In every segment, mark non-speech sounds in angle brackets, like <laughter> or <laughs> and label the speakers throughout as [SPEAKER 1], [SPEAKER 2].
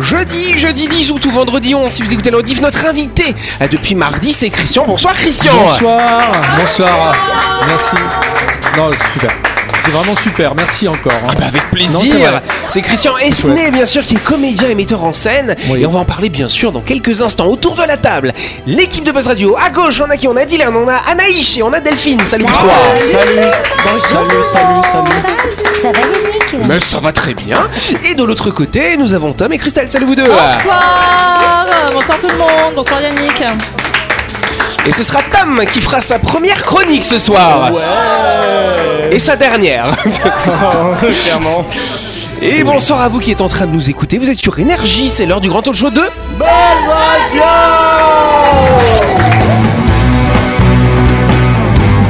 [SPEAKER 1] jeudi, jeudi 10 août ou vendredi 11 si vous écoutez le rediff. Notre invité euh, depuis mardi, c'est Christian. Bonsoir Christian.
[SPEAKER 2] Bonsoir, bonsoir, merci. Non, c'est super. C'est vraiment super, merci encore. hein.
[SPEAKER 1] Bah, avec
[SPEAKER 2] Non, c'est
[SPEAKER 1] plaisir.
[SPEAKER 2] vrai.
[SPEAKER 1] C'est Christian Esnay, bien sûr, qui est comédien et metteur en scène.
[SPEAKER 2] Oui.
[SPEAKER 1] Et on va en parler, bien sûr, dans quelques instants. Autour de la table, l'équipe de Buzz Radio. À gauche, on a qui On a Dylan, on a Anaïs et on a Delphine. Salut, les trois.
[SPEAKER 2] Ah, Salut, salut, salut, salut.
[SPEAKER 3] Ça va Yannick
[SPEAKER 1] Mais ça va très bien. Et de l'autre côté, nous avons Tom et Christelle. Salut, vous deux.
[SPEAKER 4] Bonsoir Bonsoir tout le monde, bonsoir Yannick
[SPEAKER 1] Et ce sera Tam qui fera sa première chronique ce soir. Et sa
[SPEAKER 5] <laughs>
[SPEAKER 1] dernière.
[SPEAKER 5] Oh,
[SPEAKER 2] Clairement.
[SPEAKER 1] Et bonsoir à vous qui êtes en train de nous écouter. Vous êtes sur Énergie, c'est l'heure du grand talk show de... Ben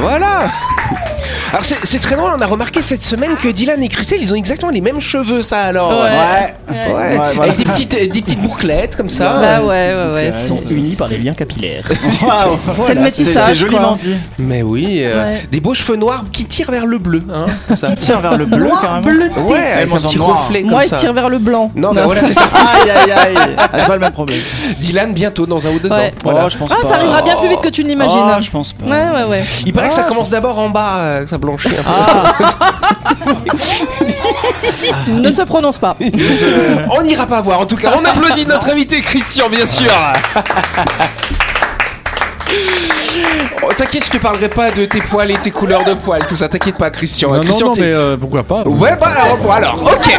[SPEAKER 1] Voilà alors c'est c'est très drôle, on a remarqué cette semaine que Dylan et Christelle, ils ont exactement les mêmes cheveux, ça alors.
[SPEAKER 4] Ouais.
[SPEAKER 1] Ouais. Avec des petites, euh, des petites bouclettes comme ça.
[SPEAKER 4] Bah ouais, ouais, ouais. c'est-
[SPEAKER 5] unis par des liens capillaires.
[SPEAKER 4] <laughs> C'est le métissage.
[SPEAKER 5] C'est joliment
[SPEAKER 4] quoi.
[SPEAKER 5] dit.
[SPEAKER 1] Mais oui, euh,
[SPEAKER 4] Ouais.
[SPEAKER 1] des beaux cheveux noirs qui tirent vers le bleu, hein, comme ça.
[SPEAKER 5] Tire vers le bleu carrément.
[SPEAKER 4] bleuté.
[SPEAKER 1] Ouais, avec
[SPEAKER 5] moi,
[SPEAKER 1] un petit
[SPEAKER 5] en noir.
[SPEAKER 1] reflet comme
[SPEAKER 4] Moi, il
[SPEAKER 1] ça.
[SPEAKER 4] tire vers le blanc.
[SPEAKER 1] Non, mais voilà, c'est
[SPEAKER 4] <laughs>
[SPEAKER 1] ça.
[SPEAKER 5] Aïe aïe aïe. Ah, c'est pas le même problème.
[SPEAKER 1] Dylan bientôt dans un ou deux
[SPEAKER 4] Ouais.
[SPEAKER 1] ans. Voilà.
[SPEAKER 5] Oh, je pense
[SPEAKER 4] Ah,
[SPEAKER 5] pas.
[SPEAKER 4] ça arrivera bien plus vite que tu ne
[SPEAKER 5] Ah,
[SPEAKER 4] l'imagines.
[SPEAKER 5] je pense pas.
[SPEAKER 4] Ouais, ouais, ouais.
[SPEAKER 1] Il paraît que ça commence d'abord en bas, euh, que ça blanchit un peu.
[SPEAKER 4] Ne se prononce pas.
[SPEAKER 1] On n'ira pas voir en tout cas. On applaudit notre invité Christian, bien sûr. Oh, T'inquiète, je te parlerai pas de tes poils et tes couleurs de poils, tout ça. T'inquiète pas, Christian.
[SPEAKER 2] Non, non,
[SPEAKER 1] Christian,
[SPEAKER 2] non,
[SPEAKER 1] t'es-
[SPEAKER 2] mais Oh. euh, pourquoi pas
[SPEAKER 1] Ouais, bah alors, bon, alors, ok.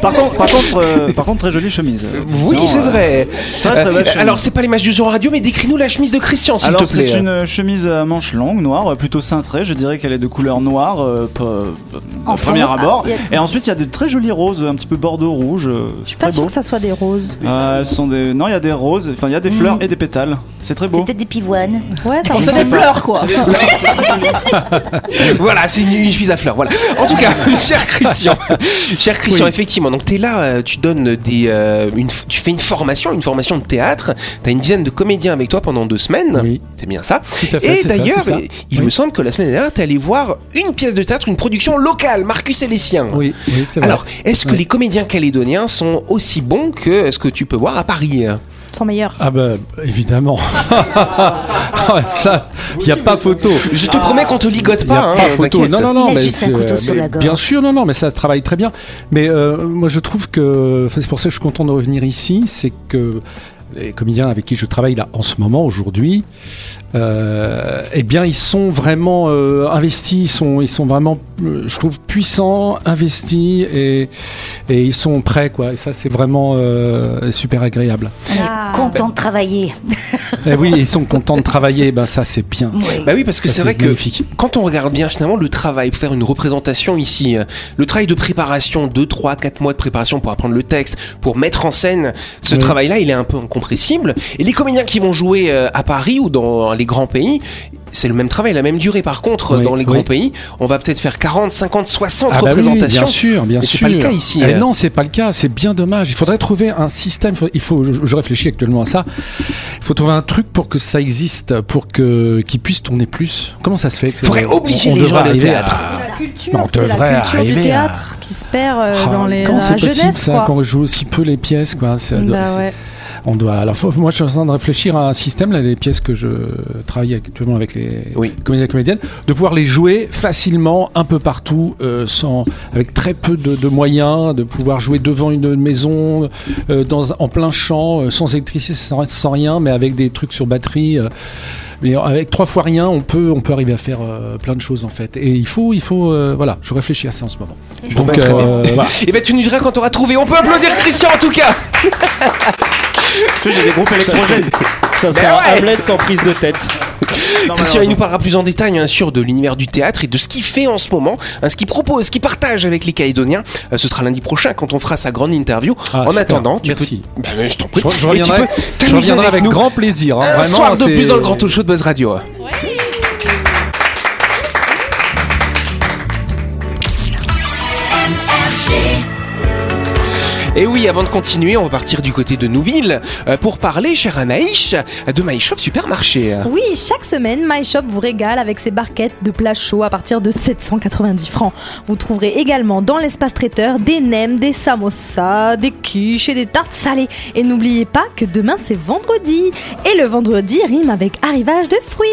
[SPEAKER 5] Par contre, par contre, euh, par contre, très jolie chemise.
[SPEAKER 1] <laughs> Oui,
[SPEAKER 5] Sinon,
[SPEAKER 1] c'est
[SPEAKER 5] euh,
[SPEAKER 1] vrai. Euh,
[SPEAKER 5] très, très belle chemise.
[SPEAKER 1] alors, c'est pas l'image du genre radio, mais décris-nous la chemise de Christian, s'il te
[SPEAKER 5] Alors
[SPEAKER 1] plaît.
[SPEAKER 5] c'est une euh, chemise à manches longues, noire, euh, plutôt cintrée, je dirais qu'elle est de couleur noire euh, pas- euh, au premier abord. Et ensuite il y a de très jolies roses, un petit peu bordeaux rouge. euh,
[SPEAKER 6] Je suis
[SPEAKER 5] très
[SPEAKER 6] pas sûre
[SPEAKER 5] beau.
[SPEAKER 6] que ça soit des roses.
[SPEAKER 5] Euh, ce sont des... Non il y a des roses, enfin il y a des fleurs et des pétales. C'est très beau.
[SPEAKER 3] C'était des pivoines.
[SPEAKER 6] Ouais, ça
[SPEAKER 4] C'est des
[SPEAKER 6] ressemble.
[SPEAKER 4] fleurs, quoi.
[SPEAKER 1] <laughs> Voilà, c'est une, une chemise à fleurs. Voilà. En tout
[SPEAKER 2] <laughs>
[SPEAKER 1] cas, cher Christian, cher Christian, effectivement. Donc, t'es là, euh, tu donnes des, euh, une, f- tu fais une formation, une formation de théâtre. T'as une dizaine de comédiens avec toi pendant deux semaines.
[SPEAKER 2] Oui.
[SPEAKER 1] C'est bien ça.
[SPEAKER 2] Tout à fait,
[SPEAKER 1] Et
[SPEAKER 2] c'est ça,
[SPEAKER 1] d'ailleurs,
[SPEAKER 2] c'est ça.
[SPEAKER 1] il
[SPEAKER 2] Oui.
[SPEAKER 1] me semble que la semaine dernière, t'es allé voir une pièce de théâtre, une production locale, Marcus et les siens.
[SPEAKER 2] Oui, oui, c'est vrai.
[SPEAKER 1] Alors, est-ce que
[SPEAKER 2] Ouais.
[SPEAKER 1] les comédiens calédoniens sont aussi bons que ce que tu peux voir à Paris hein
[SPEAKER 6] Sans meilleur.
[SPEAKER 2] Ah bah évidemment. <laughs> Ah, ça, il n'y a pas photo.
[SPEAKER 1] Je te promets qu'on te ligote
[SPEAKER 2] Ah. Il y a
[SPEAKER 1] pas, hein,
[SPEAKER 2] photo.
[SPEAKER 1] t'inquiète.
[SPEAKER 2] Non, non, non.
[SPEAKER 3] Il a
[SPEAKER 2] mais
[SPEAKER 3] juste un
[SPEAKER 2] c'est- euh,
[SPEAKER 3] couteau sous
[SPEAKER 2] mais
[SPEAKER 3] la gorge.
[SPEAKER 2] Bien sûr, non, non, mais ça se travaille très bien. Mais euh, moi, je trouve que. enfin, C'est pour ça que je suis content de revenir ici. C'est que les comédiens avec qui je travaille là en ce moment, aujourd'hui, euh, eh bien, ils sont vraiment euh, investis. Ils sont, ils sont vraiment, euh, je trouve, puissants, investis et, et ils sont prêts, quoi. Et ça, c'est vraiment euh, super agréable.
[SPEAKER 3] On
[SPEAKER 7] Ah.
[SPEAKER 3] est content de travailler.
[SPEAKER 2] Eh oui, ils sont contents de travailler. Ben, ça, c'est bien.
[SPEAKER 1] Bah oui, parce que
[SPEAKER 2] Ça,
[SPEAKER 1] c'est vrai que
[SPEAKER 2] Ah, magnifique.
[SPEAKER 1] quand on regarde bien finalement le travail pour faire une représentation ici, euh, le travail de préparation, 2, 3, 4 mois de préparation pour apprendre le texte, pour mettre en scène, ce
[SPEAKER 2] Oui.
[SPEAKER 1] travail-là, il est un peu incompressible. Et les comédiens qui vont jouer euh, à Paris ou dans les grands pays, c'est le même travail, la même durée. Par contre,
[SPEAKER 2] Oui,
[SPEAKER 1] dans les
[SPEAKER 2] oui.
[SPEAKER 1] grands pays, on va peut-être faire 40, 50, 60
[SPEAKER 2] Ah bah oui,
[SPEAKER 1] représentations.
[SPEAKER 2] bien sûr, bien
[SPEAKER 1] Mais c'est
[SPEAKER 2] sûr.
[SPEAKER 1] pas le cas ici,
[SPEAKER 2] Eh
[SPEAKER 1] hein.
[SPEAKER 2] non, c'est pas le cas. C'est bien dommage. Il faudrait trouver un système. Il faut. Je, je réfléchis actuellement à ça. Il faut trouver un truc pour que ça existe, pour que qu'ils puissent tourner plus. Comment ça se fait que-
[SPEAKER 1] Faudrait obliger les
[SPEAKER 2] devrait
[SPEAKER 1] gens à aller au
[SPEAKER 2] arriver
[SPEAKER 1] théâtre.
[SPEAKER 6] C'est la
[SPEAKER 2] Ah. Non, on
[SPEAKER 6] culture, c'est
[SPEAKER 2] devrait
[SPEAKER 6] la culture
[SPEAKER 2] arriver
[SPEAKER 6] du
[SPEAKER 2] à-
[SPEAKER 6] théâtre qui se perd euh,
[SPEAKER 2] Ah,
[SPEAKER 6] dans les,
[SPEAKER 2] Comment
[SPEAKER 6] dans
[SPEAKER 2] c'est
[SPEAKER 6] la
[SPEAKER 2] possible
[SPEAKER 6] jeunesse,
[SPEAKER 2] ça
[SPEAKER 6] quoi.
[SPEAKER 2] qu'on joue aussi peu les pièces quoi Ça doit-
[SPEAKER 6] Bah
[SPEAKER 2] c'est-
[SPEAKER 6] ouais.
[SPEAKER 2] On doit. Alors faut- moi, je suis en train de réfléchir à un système là, les pièces que je travaille actuellement avec les
[SPEAKER 1] Oui.
[SPEAKER 2] comédiens et comédiennes, de pouvoir les jouer facilement un peu partout, euh, sans avec très peu de, de moyens, de pouvoir jouer devant une maison, euh, dans un- en plein champ, euh, sans électricité, sans, sans rien, mais avec des trucs sur batterie. euh, mais avec trois fois rien, on peut, on peut arriver à faire euh, plein de choses en fait. Et il faut, il faut, euh, voilà, je réfléchis à ça en ce moment. Donc,
[SPEAKER 1] très
[SPEAKER 2] euh, voilà.
[SPEAKER 1] Et ben tu nous diras quand t'auras trouvé. On peut applaudir Christian en tout cas.
[SPEAKER 5] <laughs> Tu sais, j'ai des groupes électrogènes. Ça
[SPEAKER 1] Ben
[SPEAKER 5] sera
[SPEAKER 1] ouais.
[SPEAKER 5] Hamlet sans prise de tête.
[SPEAKER 1] Christian, il nous parlera plus en détail, bien sûr, de l'univers du théâtre et de ce qu'il fait en ce moment, hein, ce qu'il propose, ce qu'il partage avec les Calédoniens. Euh, ce sera lundi prochain quand on fera sa grande interview.
[SPEAKER 2] Ah,
[SPEAKER 1] en
[SPEAKER 2] super.
[SPEAKER 1] attendant, tu
[SPEAKER 2] Merci.
[SPEAKER 1] peux. Ben, je t'en prie.
[SPEAKER 2] Je, je
[SPEAKER 1] Et tu
[SPEAKER 2] reviendrai,
[SPEAKER 1] peux
[SPEAKER 2] je
[SPEAKER 1] t'amuser
[SPEAKER 2] reviendrai avec,
[SPEAKER 1] avec nous.
[SPEAKER 2] grand plaisir. hein.
[SPEAKER 1] Un
[SPEAKER 2] Vraiment,
[SPEAKER 1] soir de
[SPEAKER 2] c'est-
[SPEAKER 1] plus dans le grand talk show de Buzz Radio. Et oui, avant de continuer, on va partir du côté de Nouville euh, pour parler, chère Anaïs, de My Shop Supermarché.
[SPEAKER 6] Oui, chaque semaine, My Shop vous régale avec ses barquettes de plats chauds à partir de 790 francs. Vous trouverez également dans l'espace traiteur des nems, des samosas, des quiches et des tartes salées. Et n'oubliez pas que demain c'est vendredi. Et le vendredi rime avec arrivage de fruits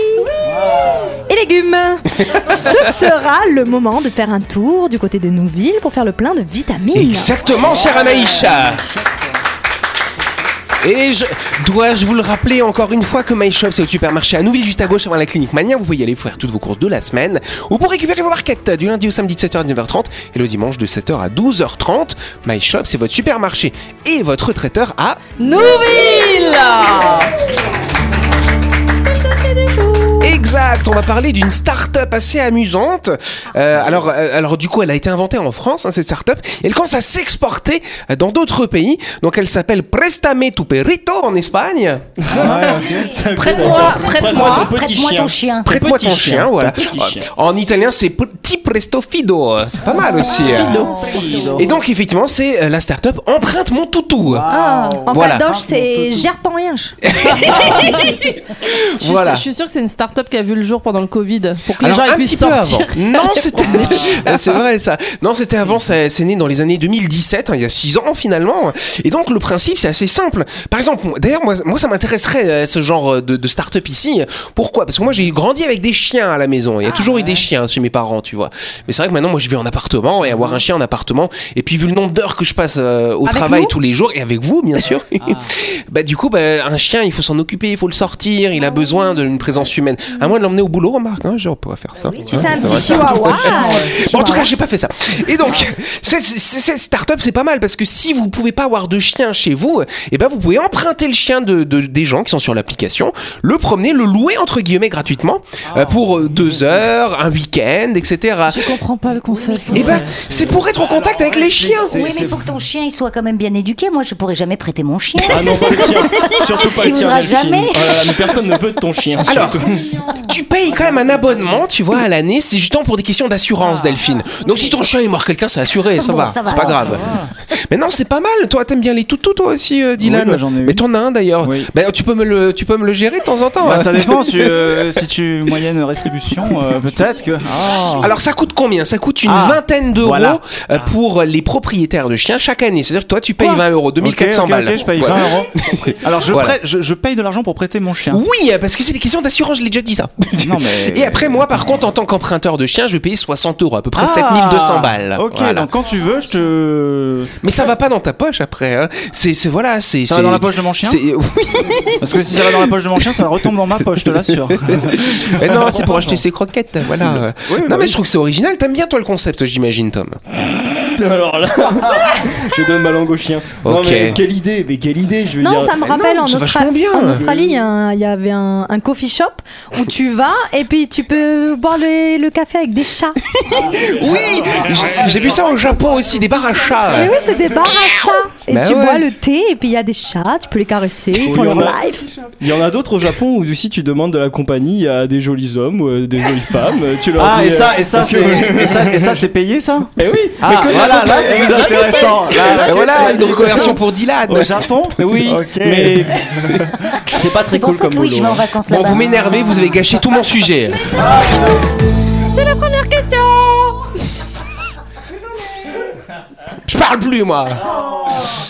[SPEAKER 6] et
[SPEAKER 1] <laughs>
[SPEAKER 6] légumes. Ce sera le moment de faire un tour du côté de Nouville pour faire le plein de vitamines.
[SPEAKER 1] Exactement, chère Anaïs. Et je, dois-je vous le rappeler encore une fois que My Shop, c'est au supermarché à Nouville, juste à gauche avant la clinique Mania. Vous pouvez y aller pour faire toutes vos courses de la semaine ou pour récupérer vos marquettes du lundi au samedi de 7h à 19h30 et le dimanche de 7h à 12h30. My Shop, c'est votre supermarché et votre traiteur à
[SPEAKER 4] Nouville
[SPEAKER 1] Exact, on va parler d'une start-up assez amusante. Euh, alors, euh, alors du coup, elle a été inventée en France, hein, cette start-up, et elle commence à s'exporter euh, dans d'autres pays. Donc, elle s'appelle Prestame tu perrito en Espagne. <laughs>
[SPEAKER 4] Prête-moi, prête-moi.
[SPEAKER 3] Prête-moi ton chien.
[SPEAKER 1] Prête-moi
[SPEAKER 5] petit
[SPEAKER 1] ton
[SPEAKER 5] chien,
[SPEAKER 1] chien, voilà.
[SPEAKER 5] ton petit chien.
[SPEAKER 1] En italien, c'est Petit Presto Fido. C'est pas mal aussi. hein. Et donc, effectivement, c'est euh, la start-up Emprunte mon toutou.
[SPEAKER 6] Ah, en
[SPEAKER 1] Voilà.
[SPEAKER 6] caldoche, c'est gerpanyenche.
[SPEAKER 4] Je suis,
[SPEAKER 1] Voilà.
[SPEAKER 4] sûre- je suis sûre que c'est une start-up qui a vu le jour pendant le Covid pour que
[SPEAKER 1] Alors,
[SPEAKER 4] les gens
[SPEAKER 1] un
[SPEAKER 4] ils puissent
[SPEAKER 1] petit peu
[SPEAKER 4] sortir.
[SPEAKER 1] avant. Non, c'était. <laughs> c'est vrai ça. Non, c'était avant, ça- c'est né dans les années 2017, hein, il y a 6 ans finalement. Et donc le principe, c'est assez simple. Par exemple, moi- d'ailleurs, moi, moi ça m'intéresserait euh, ce genre de, de start-up ici. Pourquoi Parce que moi j'ai grandi avec des chiens à la maison. Il y a toujours eu des chiens chez mes parents, tu vois. Mais c'est vrai que maintenant, moi je vis en appartement et avoir un chien en appartement. Et puis vu le nombre d'heures que je passe euh, au
[SPEAKER 4] Avec
[SPEAKER 1] travail
[SPEAKER 4] nous
[SPEAKER 1] tous les jours et avec vous, bien sûr. <laughs> Bah du coup, bah, un chien, il faut s'en occuper, il faut le sortir, il a besoin d'une présence humaine. À moins de l'emmener au boulot, remarque, hein, genre, on pourrait faire ça.
[SPEAKER 3] Si
[SPEAKER 1] Hein,
[SPEAKER 3] c'est un
[SPEAKER 1] vrai.
[SPEAKER 3] petit chihuahua.
[SPEAKER 1] Bon, en tout cas, j'ai pas fait ça. Et donc, cette, cette- cette start-up, c'est pas mal parce que si vous pouvez pas avoir de chien chez vous, eh ben, vous pouvez emprunter le chien de, de- des gens qui sont sur l'application, le promener, le louer entre guillemets gratuitement euh, pour euh, deux heures, un week-end, etc.
[SPEAKER 4] Je comprends pas le concept.
[SPEAKER 1] Eh ben, c'est pour être en contact avec les chiens.
[SPEAKER 3] Oui, mais il faut que ton chien il soit quand même bien éduqué. Moi, je pourrais jamais prêter mon chien.
[SPEAKER 7] Ah non, pas
[SPEAKER 3] <laughs>
[SPEAKER 7] le tien. Surtout pas
[SPEAKER 3] Il
[SPEAKER 7] le tien.
[SPEAKER 3] voudra
[SPEAKER 7] Delphine.
[SPEAKER 3] jamais.
[SPEAKER 7] Oh là là, mais personne ne veut de ton chien.
[SPEAKER 1] Alors, tu payes quand même un abonnement, tu vois, à l'année, c'est justement pour des questions d'assurance, Delphine. Donc si ton chien il mord quelqu'un, c'est assuré, ça
[SPEAKER 3] Bon,
[SPEAKER 1] va,
[SPEAKER 3] Ah. ça va.
[SPEAKER 1] c'est pas grave. Mais non, c'est pas mal. Toi, t'aimes bien les toutous, toi aussi, euh, Dylan.
[SPEAKER 5] Oui, bah, j'en ai
[SPEAKER 1] Mais
[SPEAKER 5] eu.
[SPEAKER 1] t'en as un d'ailleurs.
[SPEAKER 5] Oui.
[SPEAKER 1] Bah, tu peux me le, tu peux me le gérer de temps en temps.
[SPEAKER 5] Bah,
[SPEAKER 1] hein.
[SPEAKER 5] ça dépend,
[SPEAKER 1] <laughs>
[SPEAKER 5] tu, euh, si tu moyenne rétribution, euh, peut-être que. Ah.
[SPEAKER 1] Alors ça coûte combien Ça coûte une
[SPEAKER 5] Ah,
[SPEAKER 1] vingtaine d'euros
[SPEAKER 5] voilà.
[SPEAKER 1] euh, pour les propriétaires de chiens chaque année. C'est-à-dire que toi tu payes
[SPEAKER 5] Quoi
[SPEAKER 1] 20 euros,
[SPEAKER 5] Ok,
[SPEAKER 1] 2400
[SPEAKER 5] ok,
[SPEAKER 1] balles.
[SPEAKER 5] ok, je paye
[SPEAKER 1] Voilà. <laughs>
[SPEAKER 5] 20 euros. Alors je,
[SPEAKER 1] Voilà.
[SPEAKER 5] prête- je, je paye de l'argent pour prêter mon chien.
[SPEAKER 1] Oui, parce que c'est des questions d'assurance, je l'ai déjà dit ça.
[SPEAKER 5] Non,
[SPEAKER 1] <laughs>
[SPEAKER 5] mais-
[SPEAKER 1] Et après moi par contre en tant qu'emprunteur de chiens, je vais payer 60 euros, à peu près
[SPEAKER 5] Ah.
[SPEAKER 1] 7200 balles.
[SPEAKER 5] Ok,
[SPEAKER 1] Voilà.
[SPEAKER 5] donc quand tu veux, je te.
[SPEAKER 1] Mais ça va pas dans ta poche après. Hein. C'est c'est- voilà, c'est
[SPEAKER 5] Ça va
[SPEAKER 1] c'est-
[SPEAKER 5] dans la poche de mon chien
[SPEAKER 1] c'est- <laughs>
[SPEAKER 5] <laughs>
[SPEAKER 1] oui,
[SPEAKER 5] Parce que si ça va dans la poche de mon chien, ça retombe dans ma poche, je te l'assure.
[SPEAKER 1] mais Eh non, c'est pour acheter ses croquettes, voilà.
[SPEAKER 5] Oui,
[SPEAKER 1] non
[SPEAKER 5] bah
[SPEAKER 1] mais
[SPEAKER 5] oui.
[SPEAKER 1] je trouve que c'est original. T'aimes bien toi le concept, j'imagine, Tom.
[SPEAKER 7] <laughs> Alors
[SPEAKER 5] <laughs>
[SPEAKER 7] là, je donne ma langue au chien. Non
[SPEAKER 1] Ok.
[SPEAKER 7] mais quelle idée, mais quelle idée, je veux
[SPEAKER 6] Non,
[SPEAKER 7] dire.
[SPEAKER 6] ça me rappelle
[SPEAKER 1] Eh non,
[SPEAKER 6] en,
[SPEAKER 1] c'est
[SPEAKER 6] Austra-
[SPEAKER 1] vachement bien.
[SPEAKER 6] en Australie, il y a un- il y avait un, un coffee shop où tu vas et puis tu peux boire le, le café avec des chats.
[SPEAKER 1] Oui, j'ai- j'ai vu ça au Japon aussi, des bars à
[SPEAKER 7] Ah
[SPEAKER 1] chats.
[SPEAKER 6] Mais oui, c'est des bars à chats. Et
[SPEAKER 1] Bah
[SPEAKER 6] tu
[SPEAKER 1] ouais.
[SPEAKER 6] bois le thé et puis il y a des chats, tu peux les caresser, ils
[SPEAKER 7] Oh,
[SPEAKER 6] font
[SPEAKER 7] il y
[SPEAKER 6] leur
[SPEAKER 7] en a-
[SPEAKER 6] life.
[SPEAKER 7] Il y en a d'autres au Japon où si tu demandes de la compagnie, il y a des jolis hommes ou euh, des
[SPEAKER 3] <laughs>
[SPEAKER 7] jolies femmes, euh, tu leur
[SPEAKER 5] Ah,
[SPEAKER 7] dis,
[SPEAKER 5] et ça,
[SPEAKER 7] euh,
[SPEAKER 5] et ça,
[SPEAKER 7] est-ce que-
[SPEAKER 5] c'est
[SPEAKER 7] <laughs>
[SPEAKER 5] et ça, et ça, c'est payé, ça
[SPEAKER 7] Eh oui,
[SPEAKER 5] Ah,
[SPEAKER 7] que-
[SPEAKER 5] voilà, là, c'est plus
[SPEAKER 7] <laughs>
[SPEAKER 5] intéressant. Là,
[SPEAKER 1] Et voilà, une
[SPEAKER 7] dit-
[SPEAKER 1] reconversion pour Dylan.
[SPEAKER 5] au Japon
[SPEAKER 7] <laughs> Oui,
[SPEAKER 5] <laughs>
[SPEAKER 7] mais c'est pas très
[SPEAKER 3] C'est pour
[SPEAKER 7] cool
[SPEAKER 3] ça
[SPEAKER 7] comme
[SPEAKER 3] que Louis, je
[SPEAKER 7] boulot.
[SPEAKER 3] vais en vacances
[SPEAKER 1] Bon,
[SPEAKER 3] là-bas.
[SPEAKER 1] vous m'énervez, vous avez gâché tout mon sujet.
[SPEAKER 6] C'est la première question
[SPEAKER 1] Je parle plus, moi.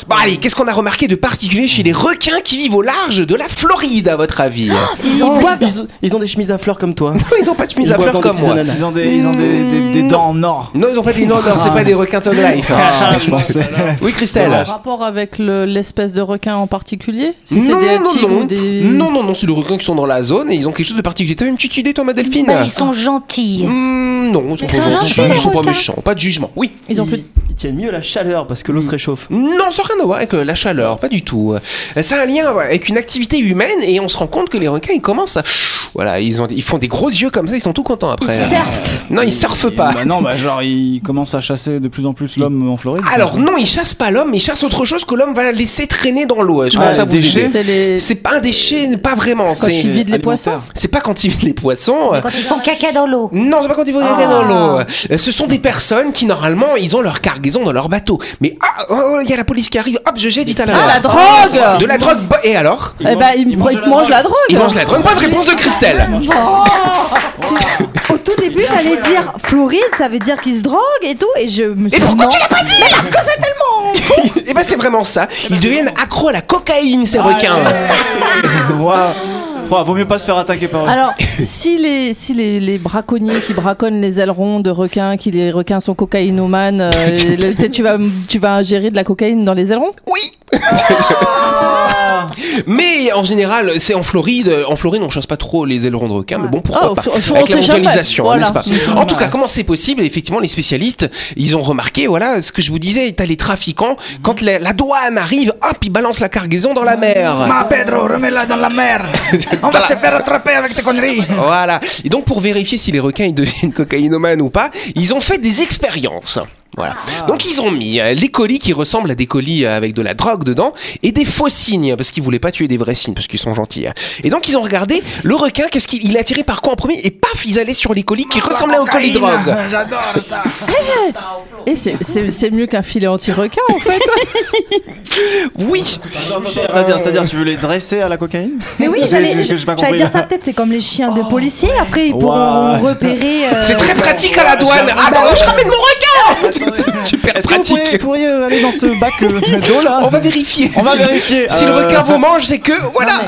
[SPEAKER 1] Bon, allez, qu'est-ce qu'on a remarqué de particulier chez les requins qui vivent au large de la Floride, à votre avis
[SPEAKER 7] Ils ont, ils, ont- ils ont des chemises à fleurs comme toi.
[SPEAKER 1] Ils ont pas de chemise
[SPEAKER 7] Ils
[SPEAKER 1] à
[SPEAKER 7] boivent
[SPEAKER 1] fleurs
[SPEAKER 7] dans des
[SPEAKER 1] comme
[SPEAKER 7] petits
[SPEAKER 1] moi.
[SPEAKER 7] ananas.
[SPEAKER 5] Ils ont des, ils ont des, des- des dents en or.
[SPEAKER 1] Non, ils ont pas des non, non, c'est pas des requins Tog
[SPEAKER 5] <laughs>
[SPEAKER 1] Life.
[SPEAKER 5] Ah, je pensais.
[SPEAKER 1] Oui,
[SPEAKER 4] En
[SPEAKER 1] Christelle.
[SPEAKER 4] rapport avec le- l'espèce de requin en particulier Si c'est
[SPEAKER 1] non,
[SPEAKER 4] des
[SPEAKER 1] non,
[SPEAKER 4] tigres
[SPEAKER 1] non.
[SPEAKER 4] ou des.
[SPEAKER 1] non, non, non, c'est les requins qui sont dans la zone et ils ont quelque chose de particulier. T'avais une petite idée, toi, ma Delphine
[SPEAKER 7] Mm.
[SPEAKER 3] Bah, ils sont gentils.
[SPEAKER 1] Hmm, Non, ils sont
[SPEAKER 6] sont
[SPEAKER 1] pas gentils,
[SPEAKER 6] gentils, les
[SPEAKER 1] ils sont pas
[SPEAKER 6] requins.
[SPEAKER 1] méchants, pas de jugement. Oui.
[SPEAKER 4] Ils ont plus.
[SPEAKER 7] Ils- ils tiennent mieux la chaleur parce que
[SPEAKER 5] Mm.
[SPEAKER 7] l'eau se réchauffe.
[SPEAKER 1] Non, ça n'a rien à voir avec euh, la chaleur, pas du tout. Euh, Ça a un lien ouais, avec une activité humaine et on se rend compte que les requins, ils commencent à... Voilà, ils, ont, ils font des gros yeux comme ça, ils sont tout contents après.
[SPEAKER 3] Ils surfent.
[SPEAKER 1] Non, ils surfent pas.
[SPEAKER 5] Bah non, bah genre ils commencent à chasser de plus en plus l'homme en Floride.
[SPEAKER 1] Alors non, ils chassent pas l'homme, mais ils chassent autre chose que l'homme va laisser traîner dans l'eau. Je
[SPEAKER 5] Ah,
[SPEAKER 1] pense à
[SPEAKER 5] les
[SPEAKER 1] vous
[SPEAKER 5] déchets.
[SPEAKER 1] aider.
[SPEAKER 4] C'est les.
[SPEAKER 1] C'est pas un déchet, pas vraiment.
[SPEAKER 4] Quand
[SPEAKER 1] C'est
[SPEAKER 4] ils vident les
[SPEAKER 5] alimentaire.
[SPEAKER 4] poissons.
[SPEAKER 1] c'est pas quand ils vident les poissons.
[SPEAKER 3] Quand ils font caca dans
[SPEAKER 7] Bah,
[SPEAKER 3] l'eau.
[SPEAKER 1] Non, c'est pas quand ils vont
[SPEAKER 3] Ah.
[SPEAKER 1] dans l'eau. Euh, Ce sont des personnes qui normalement ils ont leur cargaison dans leur bateau. Mais ah, oh, il y a la police qui arrive. Hop, je jette vite à la
[SPEAKER 4] Ah,
[SPEAKER 1] mer.
[SPEAKER 4] la drogue
[SPEAKER 1] De la drogue. bo- Et
[SPEAKER 4] <laughs>
[SPEAKER 1] alors
[SPEAKER 4] Eh ben, ils
[SPEAKER 5] ils mangent de
[SPEAKER 4] ils
[SPEAKER 5] la
[SPEAKER 4] mangent la drogue
[SPEAKER 1] Ils mangent la drogue. Pas de réponse de
[SPEAKER 4] <laughs>
[SPEAKER 1] Christelle.
[SPEAKER 6] Tu- Oh Au tout début, j'allais dire Floride, ça veut dire qu'ils se droguent et tout, et je me suis
[SPEAKER 1] Et pourquoi
[SPEAKER 6] non.
[SPEAKER 1] tu l'as pas dit Parce que c'est tellement. Et ben c'est vraiment ça. Ils deviennent accros à la cocaïne ces requins.
[SPEAKER 5] <laughs> Ouah. Ouah, vaut mieux pas se faire attaquer par
[SPEAKER 1] <laughs>
[SPEAKER 5] eux.
[SPEAKER 4] Alors, si les, si les, les braconniers qui braconnent les ailerons de requins, qui les requins sont
[SPEAKER 1] <laughs>
[SPEAKER 4] cocaïnomanes, euh, et le- tu- tu, vas, tu vas ingérer de la cocaïne dans les ailerons
[SPEAKER 1] Oui. <laughs> mais en général, c'est en Floride. En Floride, on chasse pas trop les ailerons de requin, mais bon, pourquoi
[SPEAKER 4] Ah, au
[SPEAKER 1] pas
[SPEAKER 4] fond, au fond,
[SPEAKER 1] Avec
[SPEAKER 4] on
[SPEAKER 1] la
[SPEAKER 4] sait jamais.
[SPEAKER 1] mondialisation,
[SPEAKER 4] Voilà.
[SPEAKER 1] n'est-ce pas En tout cas, comment c'est possible Effectivement, les spécialistes, ils ont remarqué, voilà, ce que je vous disais, t'as les trafiquants. Quand la, la douane arrive, hop, ils balancent la cargaison dans la mer.
[SPEAKER 8] Pedro, remets-la dans la mer. On va se faire attraper avec tes conneries.
[SPEAKER 1] Voilà. Et donc, pour vérifier si les requins ils deviennent <laughs> cocaïnomanes ou pas, ils ont fait des expériences. Voilà.
[SPEAKER 5] Ah.
[SPEAKER 1] Donc ils ont mis euh, les colis qui ressemblent à des colis euh, avec de la drogue dedans et des faux cygnes parce qu'ils voulaient pas tuer des vrais cygnes parce qu'ils sont gentils. hein. Et donc ils ont regardé le requin, qu'est-ce qu'il il est attiré par quoi en premier et paf, ils allaient sur les colis qui
[SPEAKER 5] Ah,
[SPEAKER 1] ressemblaient aux colis drogue.
[SPEAKER 8] J'adore ça.
[SPEAKER 4] Et c'est- c'est c'est mieux qu'un filet anti-requin, en fait.
[SPEAKER 1] Oui.
[SPEAKER 5] C'est-à-dire, c'est-à-dire, tu veux les dresser à la cocaïne
[SPEAKER 6] Mais oui,
[SPEAKER 5] C'est-
[SPEAKER 6] j'allais
[SPEAKER 5] c'est- j'ai pas
[SPEAKER 6] j'allais
[SPEAKER 5] compris.
[SPEAKER 6] dire ça peut-être, c'est comme les chiens de policiers, après ils pourront
[SPEAKER 5] Waouh.
[SPEAKER 6] repérer. euh,
[SPEAKER 1] C'est très pratique à la douane. Attends, je ramène <laughs> mon requin. Super
[SPEAKER 5] Ah, Est-ce que vous
[SPEAKER 1] pratique.
[SPEAKER 5] pourriez, pourriez, euh, aller dans ce bac
[SPEAKER 1] <laughs>
[SPEAKER 5] euh, d'eau là
[SPEAKER 1] On va vérifier.
[SPEAKER 5] On va
[SPEAKER 1] si le-
[SPEAKER 5] vérifier.
[SPEAKER 1] Si le
[SPEAKER 5] Euh,
[SPEAKER 1] requin vous mange, c'est que voilà.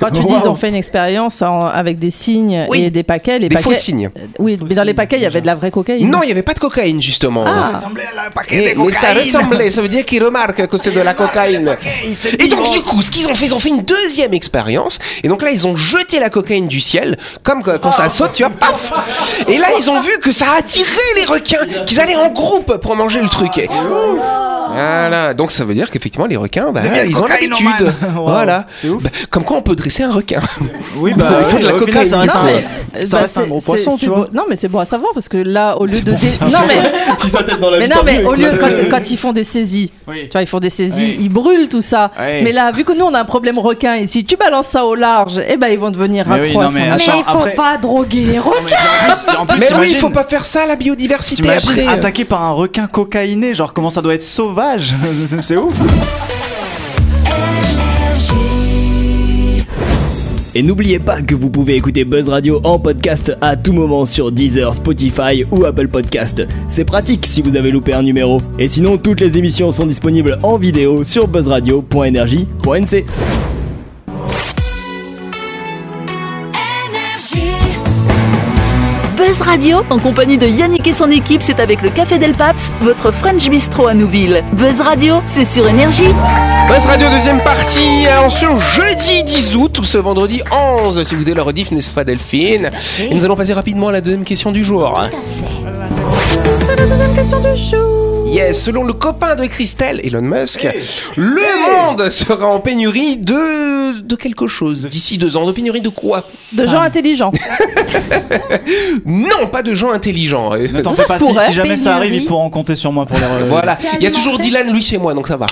[SPEAKER 4] Quand tu dis ils ont fait une expérience en- avec des cygnes
[SPEAKER 1] Oui.
[SPEAKER 4] et des paquets, les
[SPEAKER 1] Des
[SPEAKER 4] paquets.
[SPEAKER 1] faux cygnes.
[SPEAKER 4] Euh, Oui, mais dans les paquets, il y avait de la vraie cocaïne.
[SPEAKER 1] Non, il n'y avait pas de cocaïne justement.
[SPEAKER 4] Ah.
[SPEAKER 1] Et- mais ça ressemblait, ça veut dire qu'ils remarquent que c'est de la cocaïne. Et donc du coup, ce qu'ils ont fait, ils ont fait une deuxième expérience. Et donc là, ils ont jeté la cocaïne du ciel, comme quand quand ça
[SPEAKER 5] Ah.
[SPEAKER 1] saute, tu vois, paf. Et là, ils ont vu que ça a attiré les requins, qu'ils allaient en groupe pour manger le truc. Et-
[SPEAKER 5] Ah.
[SPEAKER 1] Voilà, donc ça veut dire qu'effectivement les requins, bah,
[SPEAKER 8] Deviennent
[SPEAKER 1] ils ont l'habitude.
[SPEAKER 8] cocaïnomanes.
[SPEAKER 5] <laughs>
[SPEAKER 1] Voilà.
[SPEAKER 5] c'est ouf.
[SPEAKER 1] Bah, comme quoi on peut dresser un requin.
[SPEAKER 5] Oui, bah,
[SPEAKER 1] Il faut de la
[SPEAKER 5] ouais, au final,
[SPEAKER 1] cocaïne.
[SPEAKER 5] ça reste
[SPEAKER 4] Non,
[SPEAKER 5] un-
[SPEAKER 4] mais, euh,
[SPEAKER 5] ça
[SPEAKER 4] bah,
[SPEAKER 5] reste un
[SPEAKER 4] c'est-
[SPEAKER 5] gros
[SPEAKER 4] c'est-
[SPEAKER 5] poisson,
[SPEAKER 4] c'est
[SPEAKER 5] tu vois.
[SPEAKER 4] bon- Non, mais c'est bon à savoir parce que là, au lieu de. dé- Non, mais,
[SPEAKER 5] <laughs>
[SPEAKER 7] Si ça t'aide dans la
[SPEAKER 4] mais
[SPEAKER 7] vie,
[SPEAKER 4] non,
[SPEAKER 7] tant
[SPEAKER 4] mais
[SPEAKER 7] mieux.
[SPEAKER 4] au lieu,
[SPEAKER 5] euh,
[SPEAKER 4] quand, quand ils font des saisies, tu vois, ils font des saisies, ils brûlent tout ça.
[SPEAKER 5] Ouais.
[SPEAKER 4] Mais là, vu que nous, on a un problème requin ici, tu balances ça au large, eh ben, ils vont devenir un
[SPEAKER 5] Mais oui, non,
[SPEAKER 4] poisson.
[SPEAKER 5] mais
[SPEAKER 6] Mais
[SPEAKER 5] attends,
[SPEAKER 6] il faut
[SPEAKER 5] après.
[SPEAKER 6] pas droguer les requins.
[SPEAKER 5] Non, mais en plus- en plus,
[SPEAKER 1] Mais oui, il
[SPEAKER 5] t'imagines-
[SPEAKER 1] faut pas faire ça, la biodiversité.
[SPEAKER 5] T'imagines
[SPEAKER 1] après.
[SPEAKER 5] attaqué par un requin cocaïné, genre comment ça doit être sauvage <laughs> C'est- C'est ouf
[SPEAKER 8] Et n'oubliez pas que vous pouvez écouter Buzz Radio en podcast à tout moment sur Deezer, Spotify ou Apple Podcast. C'est pratique si vous avez loupé un numéro. Et sinon, toutes les émissions sont disponibles en vidéo sur buzzradio.energie.nc.
[SPEAKER 9] Buzz Radio, en compagnie de Yannick et son équipe, c'est avec le Café Del Paps, votre French Bistro à Nouville. Buzz Radio, c'est sur Énergie.
[SPEAKER 1] Buzz Radio deuxième partie euh, en ce jeudi 10 août ou ce vendredi 11 si vous voulez le rediff n'est-ce pas Delphine Et nous allons passer rapidement à la deuxième question du jour.
[SPEAKER 3] Tout à fait.
[SPEAKER 1] Yes, selon le copain de Christelle, Elon Musk, le monde sera en pénurie de, de quelque chose d'ici deux ans. De pénurie de quoi
[SPEAKER 4] De gens intelligents.
[SPEAKER 1] Non, pas de gens intelligents. Euh,
[SPEAKER 5] Ne t'en fais pas
[SPEAKER 4] se
[SPEAKER 5] si,
[SPEAKER 4] pourrait.
[SPEAKER 5] si jamais ça arrive,
[SPEAKER 6] Pénurie.
[SPEAKER 5] ils pourront compter sur moi pour les relever.
[SPEAKER 1] Voilà,
[SPEAKER 3] C'est
[SPEAKER 1] il y a toujours
[SPEAKER 3] alimenté.
[SPEAKER 1] Dylan, lui chez moi, donc ça va.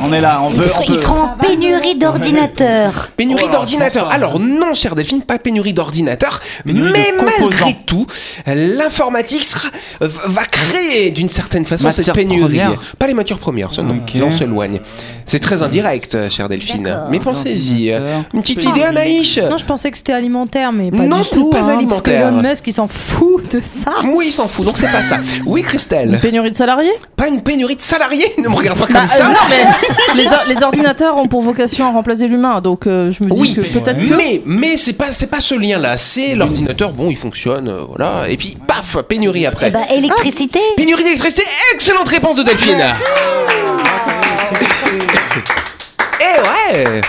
[SPEAKER 5] On est là, on
[SPEAKER 3] Ils,
[SPEAKER 5] peut.
[SPEAKER 3] sont-
[SPEAKER 5] on
[SPEAKER 3] ils
[SPEAKER 5] peut-
[SPEAKER 3] seront en pénurie d'ordinateurs.
[SPEAKER 1] Pénurie
[SPEAKER 5] Oh,
[SPEAKER 1] d'ordinateurs.
[SPEAKER 5] je pense pas.
[SPEAKER 1] Alors non, chère Delphine, pas pénurie d'ordinateurs,
[SPEAKER 5] Pénurie de
[SPEAKER 1] mais malgré
[SPEAKER 5] composants.
[SPEAKER 1] tout, l'informatique sera- v- va créer d'une certaine façon cette
[SPEAKER 5] Matières
[SPEAKER 1] pénurie.
[SPEAKER 5] premières.
[SPEAKER 1] Pas les matières premières, ça non.
[SPEAKER 5] Ok.
[SPEAKER 1] Là, on se loigne. C'est très indirect, euh, chère Delphine.
[SPEAKER 3] D'accord.
[SPEAKER 1] Mais pensez-y. euh,
[SPEAKER 5] Ordinateur.
[SPEAKER 1] Une petite idée, Anaïs
[SPEAKER 6] Non, je pensais que c'était alimentaire, mais pas
[SPEAKER 1] Non,
[SPEAKER 6] du
[SPEAKER 1] ce
[SPEAKER 6] tout.
[SPEAKER 1] n'est pas
[SPEAKER 6] hein, Parce que
[SPEAKER 1] alimentaire.
[SPEAKER 6] Elon Musk, il s'en fout de ça.
[SPEAKER 1] Ah, Oui, il s'en fout, donc c'est pas ça. Oui, Christelle.
[SPEAKER 4] <laughs> Pénurie de salariés
[SPEAKER 1] Pas une pénurie de salariés <laughs> Ne me regarde pas comme
[SPEAKER 4] Bah, euh,
[SPEAKER 1] ça.
[SPEAKER 4] non, mais <laughs> les, or- les ordinateurs ont pour vocation à remplacer l'humain, donc euh, je me dis
[SPEAKER 1] Oui,
[SPEAKER 4] que peut-être que.
[SPEAKER 1] mais mais c'est pas c'est pas ce lien là. C'est l'ordinateur. Bon, il fonctionne, euh, voilà. Et puis paf, pénurie après.
[SPEAKER 3] Eh
[SPEAKER 7] Ah.
[SPEAKER 3] ben, électricité.
[SPEAKER 1] Pénurie d'électricité, excellente réponse de Delphine. Eh ouais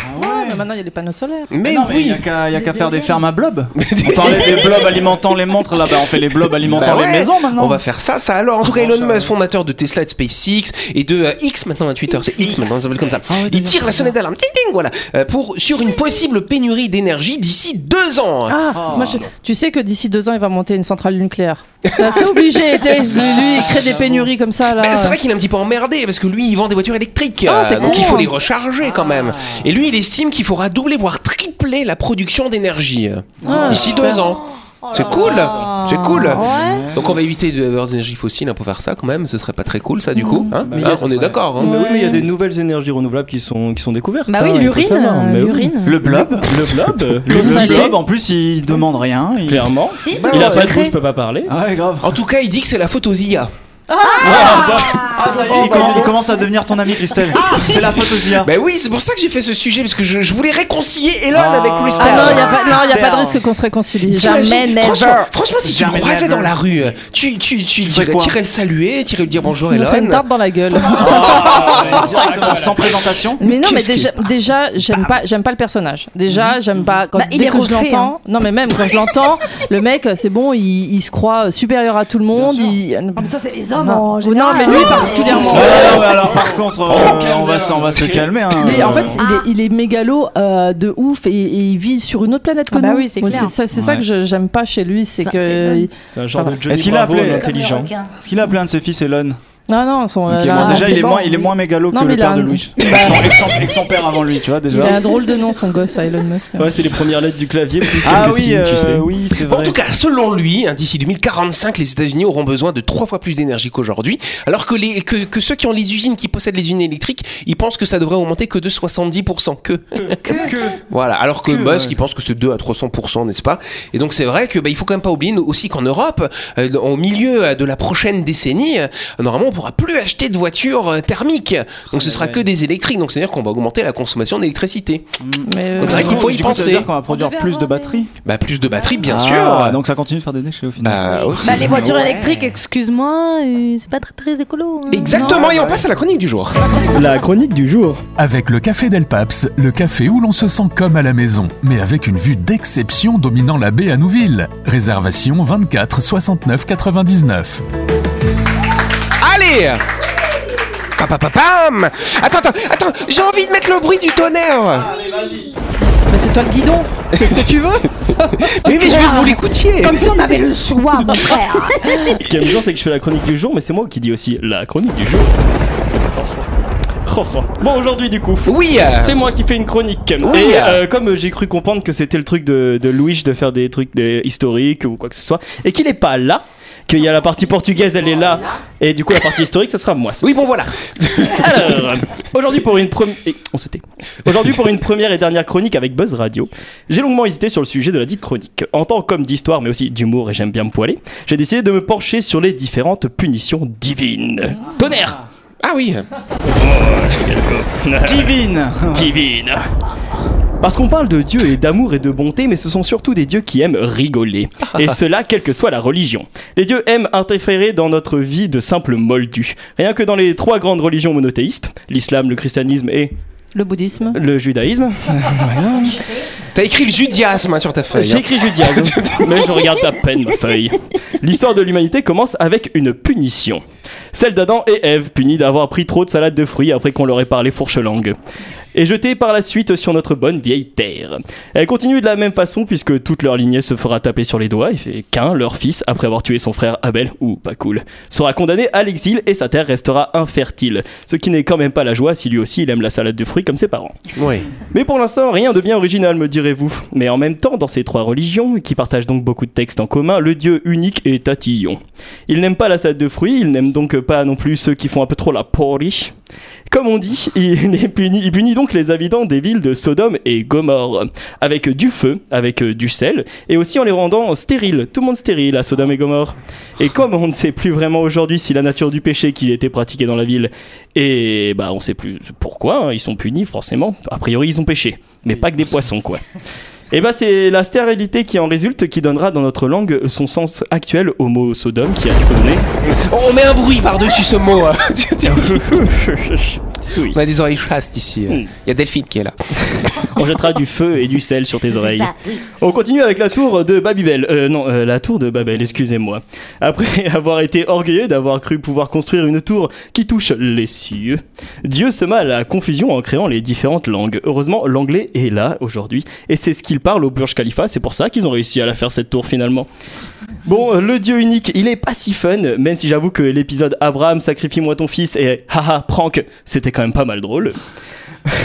[SPEAKER 4] maintenant il y a les panneaux solaires.
[SPEAKER 1] Mais
[SPEAKER 5] non, mais
[SPEAKER 1] oui.
[SPEAKER 5] il n'y a qu'à y a qu'à faire des
[SPEAKER 4] éoliennes.
[SPEAKER 5] fermes à blobs. On parlait des blobs alimentant les montres là-bas, on fait les blobs alimentant
[SPEAKER 1] <laughs> Bah ouais,
[SPEAKER 5] les maisons maintenant.
[SPEAKER 1] On va faire ça, ça alors. En tout cas, Elon Musk, fondateur de Tesla et de SpaceX et de euh, X maintenant à Twitter, c'est X maintenant, ça s'appelle comme ça.
[SPEAKER 5] Ah
[SPEAKER 1] Il tire la sonnette d'alarme, ting ting, voilà, euh, pour sur une possible pénurie d'énergie d'ici deux ans.
[SPEAKER 4] Ah, moi, je- tu sais que d'ici deux ans, il va monter une centrale <laughs> nucléaire. Là, Ah, C'est obligé, t'es- lui, il crée des pénuries comme ça. Là.
[SPEAKER 1] Mais Ben, c'est vrai qu'il est un petit peu emmerdé parce que lui il vend des voitures électriques euh,
[SPEAKER 4] Ah, c'est
[SPEAKER 1] donc
[SPEAKER 4] con. Ah.
[SPEAKER 1] il faut les recharger quand même. Et lui il estime qu'il faudra doubler voire tripler la production d'énergie euh,
[SPEAKER 4] Ah,
[SPEAKER 1] d'ici
[SPEAKER 4] super.
[SPEAKER 1] deux ans. C'est cool, c'est cool.
[SPEAKER 4] Ouais.
[SPEAKER 1] Donc on va éviter de- d'avoir des énergies fossiles hein, pour faire ça quand même, ce serait pas très cool ça du coup. hein
[SPEAKER 7] Mais
[SPEAKER 1] Hein,
[SPEAKER 7] il y a-
[SPEAKER 1] on est d'accord. hein.
[SPEAKER 7] Mais oui, mais il y a des nouvelles énergies renouvelables qui sont, qui sont découvertes.
[SPEAKER 6] Bah oui,
[SPEAKER 7] hein, il faut
[SPEAKER 6] l'urine,
[SPEAKER 7] savoir.
[SPEAKER 6] euh,
[SPEAKER 7] Mais oui.
[SPEAKER 6] l'urine.
[SPEAKER 5] Le blob
[SPEAKER 7] Le blob, euh,
[SPEAKER 5] Le,
[SPEAKER 4] salé.
[SPEAKER 5] blob, en plus, il demande rien. il-
[SPEAKER 7] clairement.
[SPEAKER 3] Si,
[SPEAKER 7] Il
[SPEAKER 1] ouais,
[SPEAKER 7] a pas de
[SPEAKER 1] sacré.
[SPEAKER 7] bouche, peut pas parler.
[SPEAKER 5] Bah Ah ouais, grave.
[SPEAKER 1] En tout cas, il dit que c'est la faute aux IA.
[SPEAKER 5] Ah, ça y est, il, commence, il commence à devenir ton ami, Christelle. C'est la faute aux IA.
[SPEAKER 1] Ben oui, c'est pour ça que j'ai fait ce sujet parce que je, je voulais réconcilier Elon
[SPEAKER 5] Ah.
[SPEAKER 1] avec Kristen.
[SPEAKER 4] Ah non, il n'y a, pas- non, y a pas de
[SPEAKER 5] Mystère.
[SPEAKER 4] risque qu'on se réconcilie.
[SPEAKER 1] T'imagines
[SPEAKER 4] Jamais, never.
[SPEAKER 1] franchement, franchement, si tu le
[SPEAKER 5] Jamais
[SPEAKER 1] croisais
[SPEAKER 5] never.
[SPEAKER 1] dans la rue, euh, tu, tu, tu,
[SPEAKER 5] ferais
[SPEAKER 1] dirais,
[SPEAKER 5] quoi
[SPEAKER 1] t'irais le saluer, t'irais lui dire bonjour
[SPEAKER 4] Il me ferait une
[SPEAKER 1] Elon.
[SPEAKER 4] tarte dans la gueule.
[SPEAKER 6] Bah,
[SPEAKER 5] Ah, ouais, directement, sans présentation.
[SPEAKER 4] Mais non, mais
[SPEAKER 1] qu'est-ce
[SPEAKER 4] déjà, déjà j'aime pas, j'aime pas le personnage. Déjà, j'aime pas quand
[SPEAKER 6] Bah, il
[SPEAKER 4] dès
[SPEAKER 6] est
[SPEAKER 4] que je
[SPEAKER 6] refait,
[SPEAKER 4] l'entends. Non, mais même quand je l'entends, le mec, c'est bon, il, il se croit euh, supérieur à tout le monde. Il...
[SPEAKER 6] Ah, mais ça, c'est les hommes en
[SPEAKER 4] non.
[SPEAKER 6] général. euh,
[SPEAKER 4] Non, mais lui particulièrement.
[SPEAKER 5] Ah, non, non, mais alors, par contre, euh, on, va, s'en- on va se calmer. hein.
[SPEAKER 4] Mais en fait, il,
[SPEAKER 6] Ah.
[SPEAKER 4] est, il est mégalo euh, de ouf et, et il vit sur une autre planète que
[SPEAKER 6] Ah bah
[SPEAKER 4] nous.
[SPEAKER 6] oui, c'est
[SPEAKER 4] Moi,
[SPEAKER 6] clair.
[SPEAKER 4] ça, c'est ça que je- j'aime pas chez lui, c'est
[SPEAKER 6] Ça,
[SPEAKER 4] que
[SPEAKER 6] c'est
[SPEAKER 5] Euh,
[SPEAKER 7] C'est un genre de Johnny
[SPEAKER 5] Est-ce qu'il a
[SPEAKER 7] Bravo
[SPEAKER 5] appelé-
[SPEAKER 7] intelligent
[SPEAKER 3] Comme le requin.
[SPEAKER 5] Est-ce qu'il a appelé un de ses fils Elon
[SPEAKER 4] non non, son, euh,
[SPEAKER 5] Ok,
[SPEAKER 4] là,
[SPEAKER 5] bon, Déjà,
[SPEAKER 4] Bah, c'est
[SPEAKER 5] il est,
[SPEAKER 4] bon.
[SPEAKER 5] moins, il est moins mégalo
[SPEAKER 4] Non,
[SPEAKER 5] que
[SPEAKER 4] mais
[SPEAKER 5] le
[SPEAKER 4] il a
[SPEAKER 5] père de
[SPEAKER 4] un- <laughs> Bah.
[SPEAKER 5] Louis. Et son- et son- et que son père avant lui, tu vois,
[SPEAKER 4] Il a
[SPEAKER 5] déjà.
[SPEAKER 4] un drôle de nom, son gosse, à Elon Musk.
[SPEAKER 7] Ouais, c'est les premières lettres du clavier. plus
[SPEAKER 5] Ah
[SPEAKER 7] que
[SPEAKER 5] oui,
[SPEAKER 7] signe, tu
[SPEAKER 5] euh,
[SPEAKER 7] sais.
[SPEAKER 5] oui, c'est
[SPEAKER 1] Bon,
[SPEAKER 5] vrai.
[SPEAKER 1] en tout cas, selon lui, hein, d'ici 2045, les États-Unis auront besoin de trois fois plus d'énergie qu'aujourd'hui, alors que, les, que, que ceux qui ont les usines qui possèdent les usines électriques, ils pensent que ça devrait augmenter que de 70%. Que. Voilà, alors que,
[SPEAKER 5] Que,
[SPEAKER 1] Musk,
[SPEAKER 5] ouais.
[SPEAKER 1] il pense que c'est 2 à 300%, n'est-ce pas Et donc c'est vrai que bah, il faut quand même pas oublier nous, aussi qu'en Europe, euh, au milieu euh, de la prochaine décennie, euh, normalement on pourra plus acheter de voitures euh, thermiques. Donc ce sera que des électriques. Donc c'est-à-dire qu'on va augmenter la consommation d'électricité.
[SPEAKER 4] Mais, euh,
[SPEAKER 1] C'est vrai qu'il faut y
[SPEAKER 5] Du coup, ça veut
[SPEAKER 1] penser.
[SPEAKER 5] dire qu'on va produire plus de batteries.
[SPEAKER 1] Bah plus de batterie bien
[SPEAKER 5] Ah,
[SPEAKER 1] sûr.
[SPEAKER 5] Donc ça continue de faire des déchets au final.
[SPEAKER 1] Bah, aussi.
[SPEAKER 6] Bah, les voitures électriques, excuse-moi, euh, c'est pas très, très écolo. hein.
[SPEAKER 1] Exactement, et on passe à la chronique du jour.
[SPEAKER 8] La chronique du jour.
[SPEAKER 10] Avec le Café Del Paps, le café où l'on se sent comme à la maison, mais avec une vue d'exception dominant la baie à Nouville. Réservation 24 69 99.
[SPEAKER 1] Allez Pa, pa, pa, pam Attends, attends, attends, j'ai envie de mettre le bruit du tonnerre
[SPEAKER 4] mais c'est toi le guidon. Qu'est-ce que tu veux
[SPEAKER 1] Oui, mais je veux que vous l'écoutiez
[SPEAKER 3] Comme si on avait le choix, mon frère.
[SPEAKER 7] Ce qui est amusant, c'est que je fais la chronique du jour, mais c'est moi qui dis aussi la chronique
[SPEAKER 4] <laughs>
[SPEAKER 7] du jour. Oh, oh. Bon, aujourd'hui, du coup.
[SPEAKER 1] Oui euh,
[SPEAKER 7] C'est moi qui fais une chronique.
[SPEAKER 1] Oui.
[SPEAKER 7] Et euh, comme j'ai cru comprendre que c'était le truc de, de Louis de faire des trucs des- historiques ou quoi que ce soit, et qu'il est pas là, qu'il y a la partie portugaise, elle est là, et du coup la partie historique, ça sera moi.
[SPEAKER 1] Oui, bon voilà
[SPEAKER 7] Alors, aujourd'hui pour une première, on se tait. Aujourd'hui pour une première et dernière chronique avec Buzz Radio, j'ai longuement hésité sur le sujet de la dite chronique. En tant qu'homme d'histoire, mais aussi d'humour et j'aime bien me poiler, j'ai décidé de me pencher sur les différentes punitions divines. Tonnerre,
[SPEAKER 1] Ah oui
[SPEAKER 5] Divine
[SPEAKER 7] divine. Parce qu'on parle de Dieu et d'amour et de bonté, mais ce sont surtout des dieux qui aiment rigoler. Et cela, quelle que soit la religion. Les dieux aiment interférer dans notre vie de simples moldus. Rien que dans les trois grandes religions monothéistes, l'islam, le christianisme et
[SPEAKER 4] Le bouddhisme.
[SPEAKER 7] le judaïsme,
[SPEAKER 1] T'as écrit le judaïsme hein, sur ta feuille.
[SPEAKER 7] J'ai écrit Judiane, mais je regarde à peine ma feuille. L'histoire de l'humanité commence avec une punition. Celle d'Adam et Ève, punis d'avoir pris trop de salade de fruits après qu'on leur ait parlé fourche-langue. Et jetée par la suite sur notre bonne vieille terre. Elle continue de la même façon puisque toute leur lignée se fera taper sur les doigts et qu'un, leur fils, après avoir tué son frère Abel, ou pas cool, sera condamné à l'exil et sa terre restera infertile. Ce qui n'est quand même pas la joie si lui aussi il aime la salade de fruits comme ses parents.
[SPEAKER 1] Oui.
[SPEAKER 7] Mais pour l'instant, rien de bien original, me direz-vous. Mais en même temps, dans ces trois religions, qui partagent donc beaucoup de textes en commun, le dieu unique est tatillon. Il n'aime pas la salade de fruits, il n'aime donc pas non plus ceux qui font un peu trop la porridge. Comme on dit, <laughs> il, est puni, il punit donc les habitants des villes de Sodome et Gomorre, avec du feu, avec du sel, et aussi en les rendant stériles, tout le monde stérile à Sodome et Gomorre. Et comme on ne sait plus vraiment aujourd'hui si la nature du péché qui était pratiquée dans la ville, <laughs> et bah on sait plus pourquoi, hein, ils sont punis forcément, a priori ils ont péché, mais pas que des poissons quoi. Et bah c'est la stérilité qui en résulte qui donnera dans notre langue son sens actuel au mot Sodome qui a du coup donné
[SPEAKER 1] <laughs> On met un bruit par-dessus ce mot. hein.
[SPEAKER 7] Oui.
[SPEAKER 1] On a des oreilles chastes ici. Il y a Delphine qui est là.
[SPEAKER 7] On jettera du feu et du sel sur tes oreilles.
[SPEAKER 3] ça, oui.
[SPEAKER 7] <laughs> On continue avec la tour de Babybel. Euh, non, euh, la tour de Babel, excusez-moi. Après <laughs> avoir été orgueilleux d'avoir cru pouvoir construire une tour qui touche les cieux, Dieu se met à la confusion en créant les différentes langues. Heureusement, l'anglais est là aujourd'hui, et c'est ce qu'il parle au Burj Khalifa, c'est pour ça qu'ils ont réussi à la faire cette tour finalement. Bon, euh, le dieu unique, il est pas si fun, même si j'avoue que l'épisode Abraham, sacrifie-moi ton fils et haha, prank, c'était quand même pas mal drôle.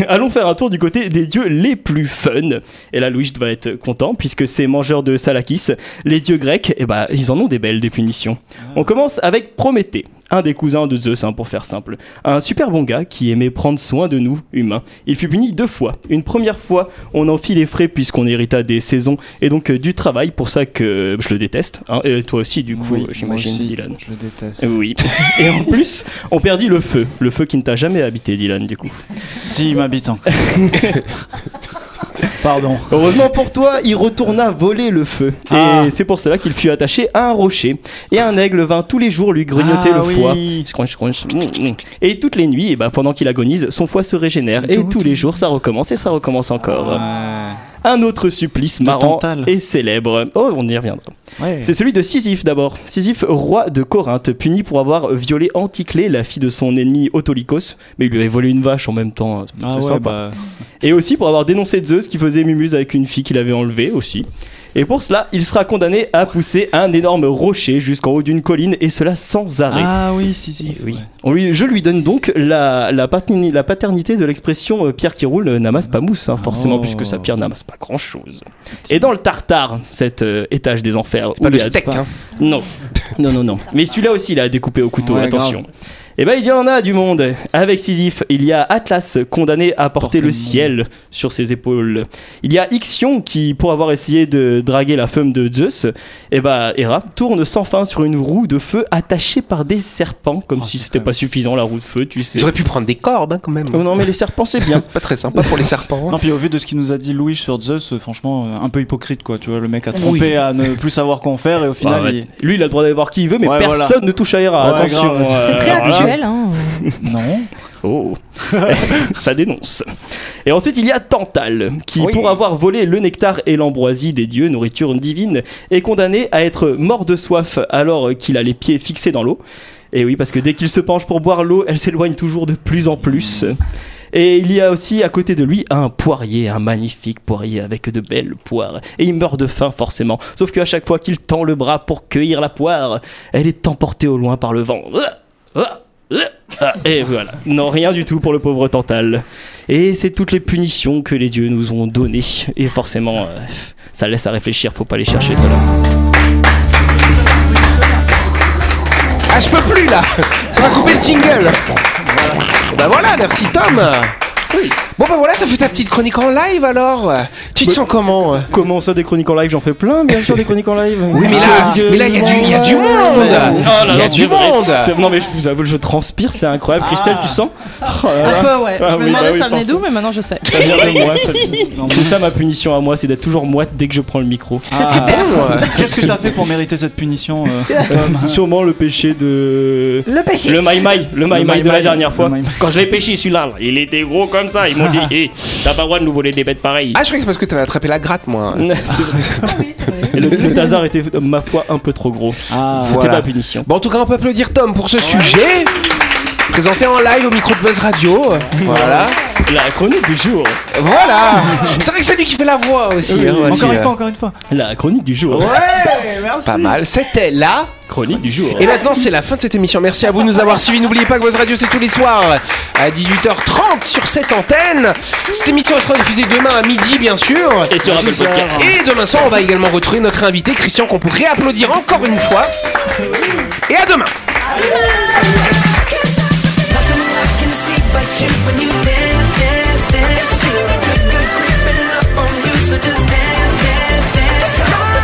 [SPEAKER 7] Allons faire un tour du côté des dieux les plus fun. Et là, Louis va être content puisque ces mangeurs de Salakis, les dieux grecs, eh ben, ils en ont des belles des punitions. On commence avec Prométhée, un des cousins de Zeus, hein, pour faire simple. Un super bon gars qui aimait prendre soin de nous, humains. Il fut puni deux fois. Une première fois, on en fit les frais puisqu'on hérita des saisons et donc euh, du travail, pour ça que euh, je le déteste. hein. et toi aussi, du coup, euh, j'imagine, Dylan.
[SPEAKER 5] Je déteste.
[SPEAKER 7] Oui. Et en plus, on perdit le feu. Le feu qui ne t'a jamais habité, Dylan, du coup.
[SPEAKER 5] Si, il m'habite encore. Pardon.
[SPEAKER 7] <laughs> Heureusement pour toi, il retourna voler le feu.
[SPEAKER 5] Ah.
[SPEAKER 7] Et c'est pour cela qu'il fut attaché à un rocher. Et un aigle vint tous les jours lui grignoter
[SPEAKER 5] Ah
[SPEAKER 7] le
[SPEAKER 5] oui.
[SPEAKER 7] foie. Scrunch, scrunch. Mm, mm. Et toutes les nuits, eh ben, pendant qu'il agonise, son foie se régénère. Et tous les jours, ça recommence et ça recommence encore. Un autre supplice marrant
[SPEAKER 5] Tantale.
[SPEAKER 7] et célèbre. Oh, on y reviendra.
[SPEAKER 5] Ouais.
[SPEAKER 7] C'est celui de Sisyphe d'abord. Sisyphe, roi de Corinthe, puni pour avoir violé Anticlée, la fille de son ennemi Autolycos. Mais il lui avait volé une vache en même temps. hein. C'est
[SPEAKER 5] Ah
[SPEAKER 7] pas très
[SPEAKER 5] ouais, bah,
[SPEAKER 7] sympa. Et aussi pour avoir dénoncé Zeus qui faisait mumuse avec une fille qu'il avait enlevée aussi. Et pour cela, il sera condamné à pousser un énorme rocher jusqu'en haut d'une colline et cela sans arrêt.
[SPEAKER 5] Ah oui, si, si.
[SPEAKER 7] Oui. On lui- je lui donne donc la, la, paterni- la paternité de l'expression euh, pierre qui roule euh, n'amasse pas mousse, hein, forcément,
[SPEAKER 5] Oh.
[SPEAKER 7] puisque sa pierre n'amasse pas grand chose. Et dans le tartare, cet euh, étage des enfers.
[SPEAKER 1] C'est pas
[SPEAKER 7] où
[SPEAKER 1] le
[SPEAKER 7] il y a-
[SPEAKER 1] steak. hein.
[SPEAKER 7] Non, non, non, non. Mais celui-là aussi, il a découpé au couteau,
[SPEAKER 5] Ouais,
[SPEAKER 7] attention. Eh ben, il y en a du monde. Avec Sisyphe, il y a Atlas, condamné à porter
[SPEAKER 5] Porter
[SPEAKER 7] le
[SPEAKER 5] le
[SPEAKER 7] ciel sur ses épaules. Il y a Ixion, qui, pour avoir essayé de draguer la femme de Zeus, eh ben, Hera, tourne sans fin sur une roue de feu attachée par des serpents, comme
[SPEAKER 5] Oh,
[SPEAKER 7] si
[SPEAKER 5] c'est
[SPEAKER 7] c'était
[SPEAKER 5] quand
[SPEAKER 7] pas suffisant, la roue de feu, tu sais.
[SPEAKER 1] Ils auraient pu prendre des cordes hein, quand même.
[SPEAKER 7] Oh non, mais les serpents, c'est bien.
[SPEAKER 1] <laughs> C'est pas très sympa pour les serpents. hein.
[SPEAKER 5] Non, puis au vu de ce qu'il nous a dit Louis sur Zeus, euh, franchement, euh, un peu hypocrite quoi. Tu vois, le mec a trompé
[SPEAKER 1] Oui.
[SPEAKER 5] à ne plus savoir quoi en faire et au final.
[SPEAKER 7] Ah, ouais. Lui, il a le droit d'aller voir qui il veut, mais
[SPEAKER 5] Ouais,
[SPEAKER 7] personne
[SPEAKER 5] voilà.
[SPEAKER 7] ne touche à Hera.
[SPEAKER 5] Ouais,
[SPEAKER 7] attention.
[SPEAKER 5] grave, c'est-
[SPEAKER 6] C'est très
[SPEAKER 7] alors là-
[SPEAKER 6] actuel. hein.
[SPEAKER 5] il- Non.
[SPEAKER 7] Oh, ça dénonce. Et ensuite, il y a Tantale, qui,
[SPEAKER 5] Oui.
[SPEAKER 7] pour avoir volé le nectar et l'ambroisie des dieux, nourriture divine, est condamné à être mort de soif alors qu'il a les pieds fixés dans l'eau. Et oui, parce que dès qu'il se penche pour boire l'eau, elle s'éloigne toujours de plus en plus. Et il y a aussi à côté de lui un poirier, un magnifique poirier avec de belles poires. Et il meurt de faim forcément. Sauf qu'à chaque fois qu'il tend le bras pour cueillir la poire, elle est emportée au loin par le vent. Ah, ah, ah, ah. Et voilà. Non, rien du tout pour le pauvre Tantal. Et c'est toutes les punitions que les dieux nous ont données. Et forcément, euh, ça laisse à réfléchir, faut pas les chercher cela.
[SPEAKER 1] Ah, je peux plus là Ça va couper le jingle Bah voilà, merci Tom Bon bah voilà, t'as fait ta petite chronique en live alors Tu te sens comment euh
[SPEAKER 7] Comment ça, des chroniques en live J'en fais plein, bien sûr, des chroniques en live.
[SPEAKER 1] Oui mais là, mais là il y, a du- il y a du monde
[SPEAKER 7] Oh là
[SPEAKER 1] Il y
[SPEAKER 7] là,
[SPEAKER 1] a
[SPEAKER 7] c'est
[SPEAKER 1] du
[SPEAKER 7] vrai.
[SPEAKER 1] monde
[SPEAKER 7] C'est- Non mais je vous avoue, je transpire, c'est incroyable. Christelle, tu sens Oh là là.
[SPEAKER 4] Un peu, ouais.
[SPEAKER 7] Ah
[SPEAKER 4] je me
[SPEAKER 7] oui, bah
[SPEAKER 4] demandais
[SPEAKER 7] oui,
[SPEAKER 4] ça venait d'où,
[SPEAKER 7] forcément.
[SPEAKER 4] mais maintenant je sais.
[SPEAKER 7] Ça vient de moi, ça- C'est ça ma punition à moi, c'est d'être toujours moite dès que je prends le micro.
[SPEAKER 5] Ah,
[SPEAKER 7] <laughs>
[SPEAKER 1] Bon, euh,
[SPEAKER 5] Qu'est-ce que t'as fait pour mériter cette punition euh,
[SPEAKER 7] C'est Sûrement le péché de.
[SPEAKER 3] Le péché.
[SPEAKER 7] Le maï maï, le maï maï de la
[SPEAKER 5] maï-maï,
[SPEAKER 7] dernière
[SPEAKER 5] le
[SPEAKER 7] fois.
[SPEAKER 5] maï-maï.
[SPEAKER 7] Quand je l'ai pêché celui-là, là, il était gros comme ça. Ils m'ont dit, hé, t'as pas le droit de nous voler des bêtes pareilles.
[SPEAKER 1] Ah je croyais que c'est parce que t'avais attrapé la gratte
[SPEAKER 7] <laughs>
[SPEAKER 1] moi
[SPEAKER 7] Ah C'est vrai. Et Le le hasard était, ma foi, un peu trop gros.
[SPEAKER 5] Ah,
[SPEAKER 7] C'était
[SPEAKER 1] Voilà.
[SPEAKER 7] ma punition.
[SPEAKER 1] Bon en tout cas on peut applaudir Tom pour ce sujet Présenté en live au micro de Buzz Radio Voilà
[SPEAKER 7] La chronique du jour.
[SPEAKER 1] Voilà C'est vrai que c'est lui qui fait la voix aussi hein, voici,
[SPEAKER 5] encore une
[SPEAKER 1] euh,
[SPEAKER 5] fois, encore une fois.
[SPEAKER 7] La chronique du jour.
[SPEAKER 1] Pas mal, c'était là
[SPEAKER 7] Chronique du jour.
[SPEAKER 1] Et maintenant, c'est la fin de cette émission. Merci à vous de nous avoir suivis. N'oubliez pas que Buzz Radio, c'est tous les soirs à 18h30 sur cette antenne. Cette émission elle sera diffusée demain à midi, bien sûr.
[SPEAKER 7] Et sur Apple Podcast.
[SPEAKER 1] Et demain soir, on va également retrouver notre invité, Christian, qu'on peut réapplaudir encore une fois. Et à demain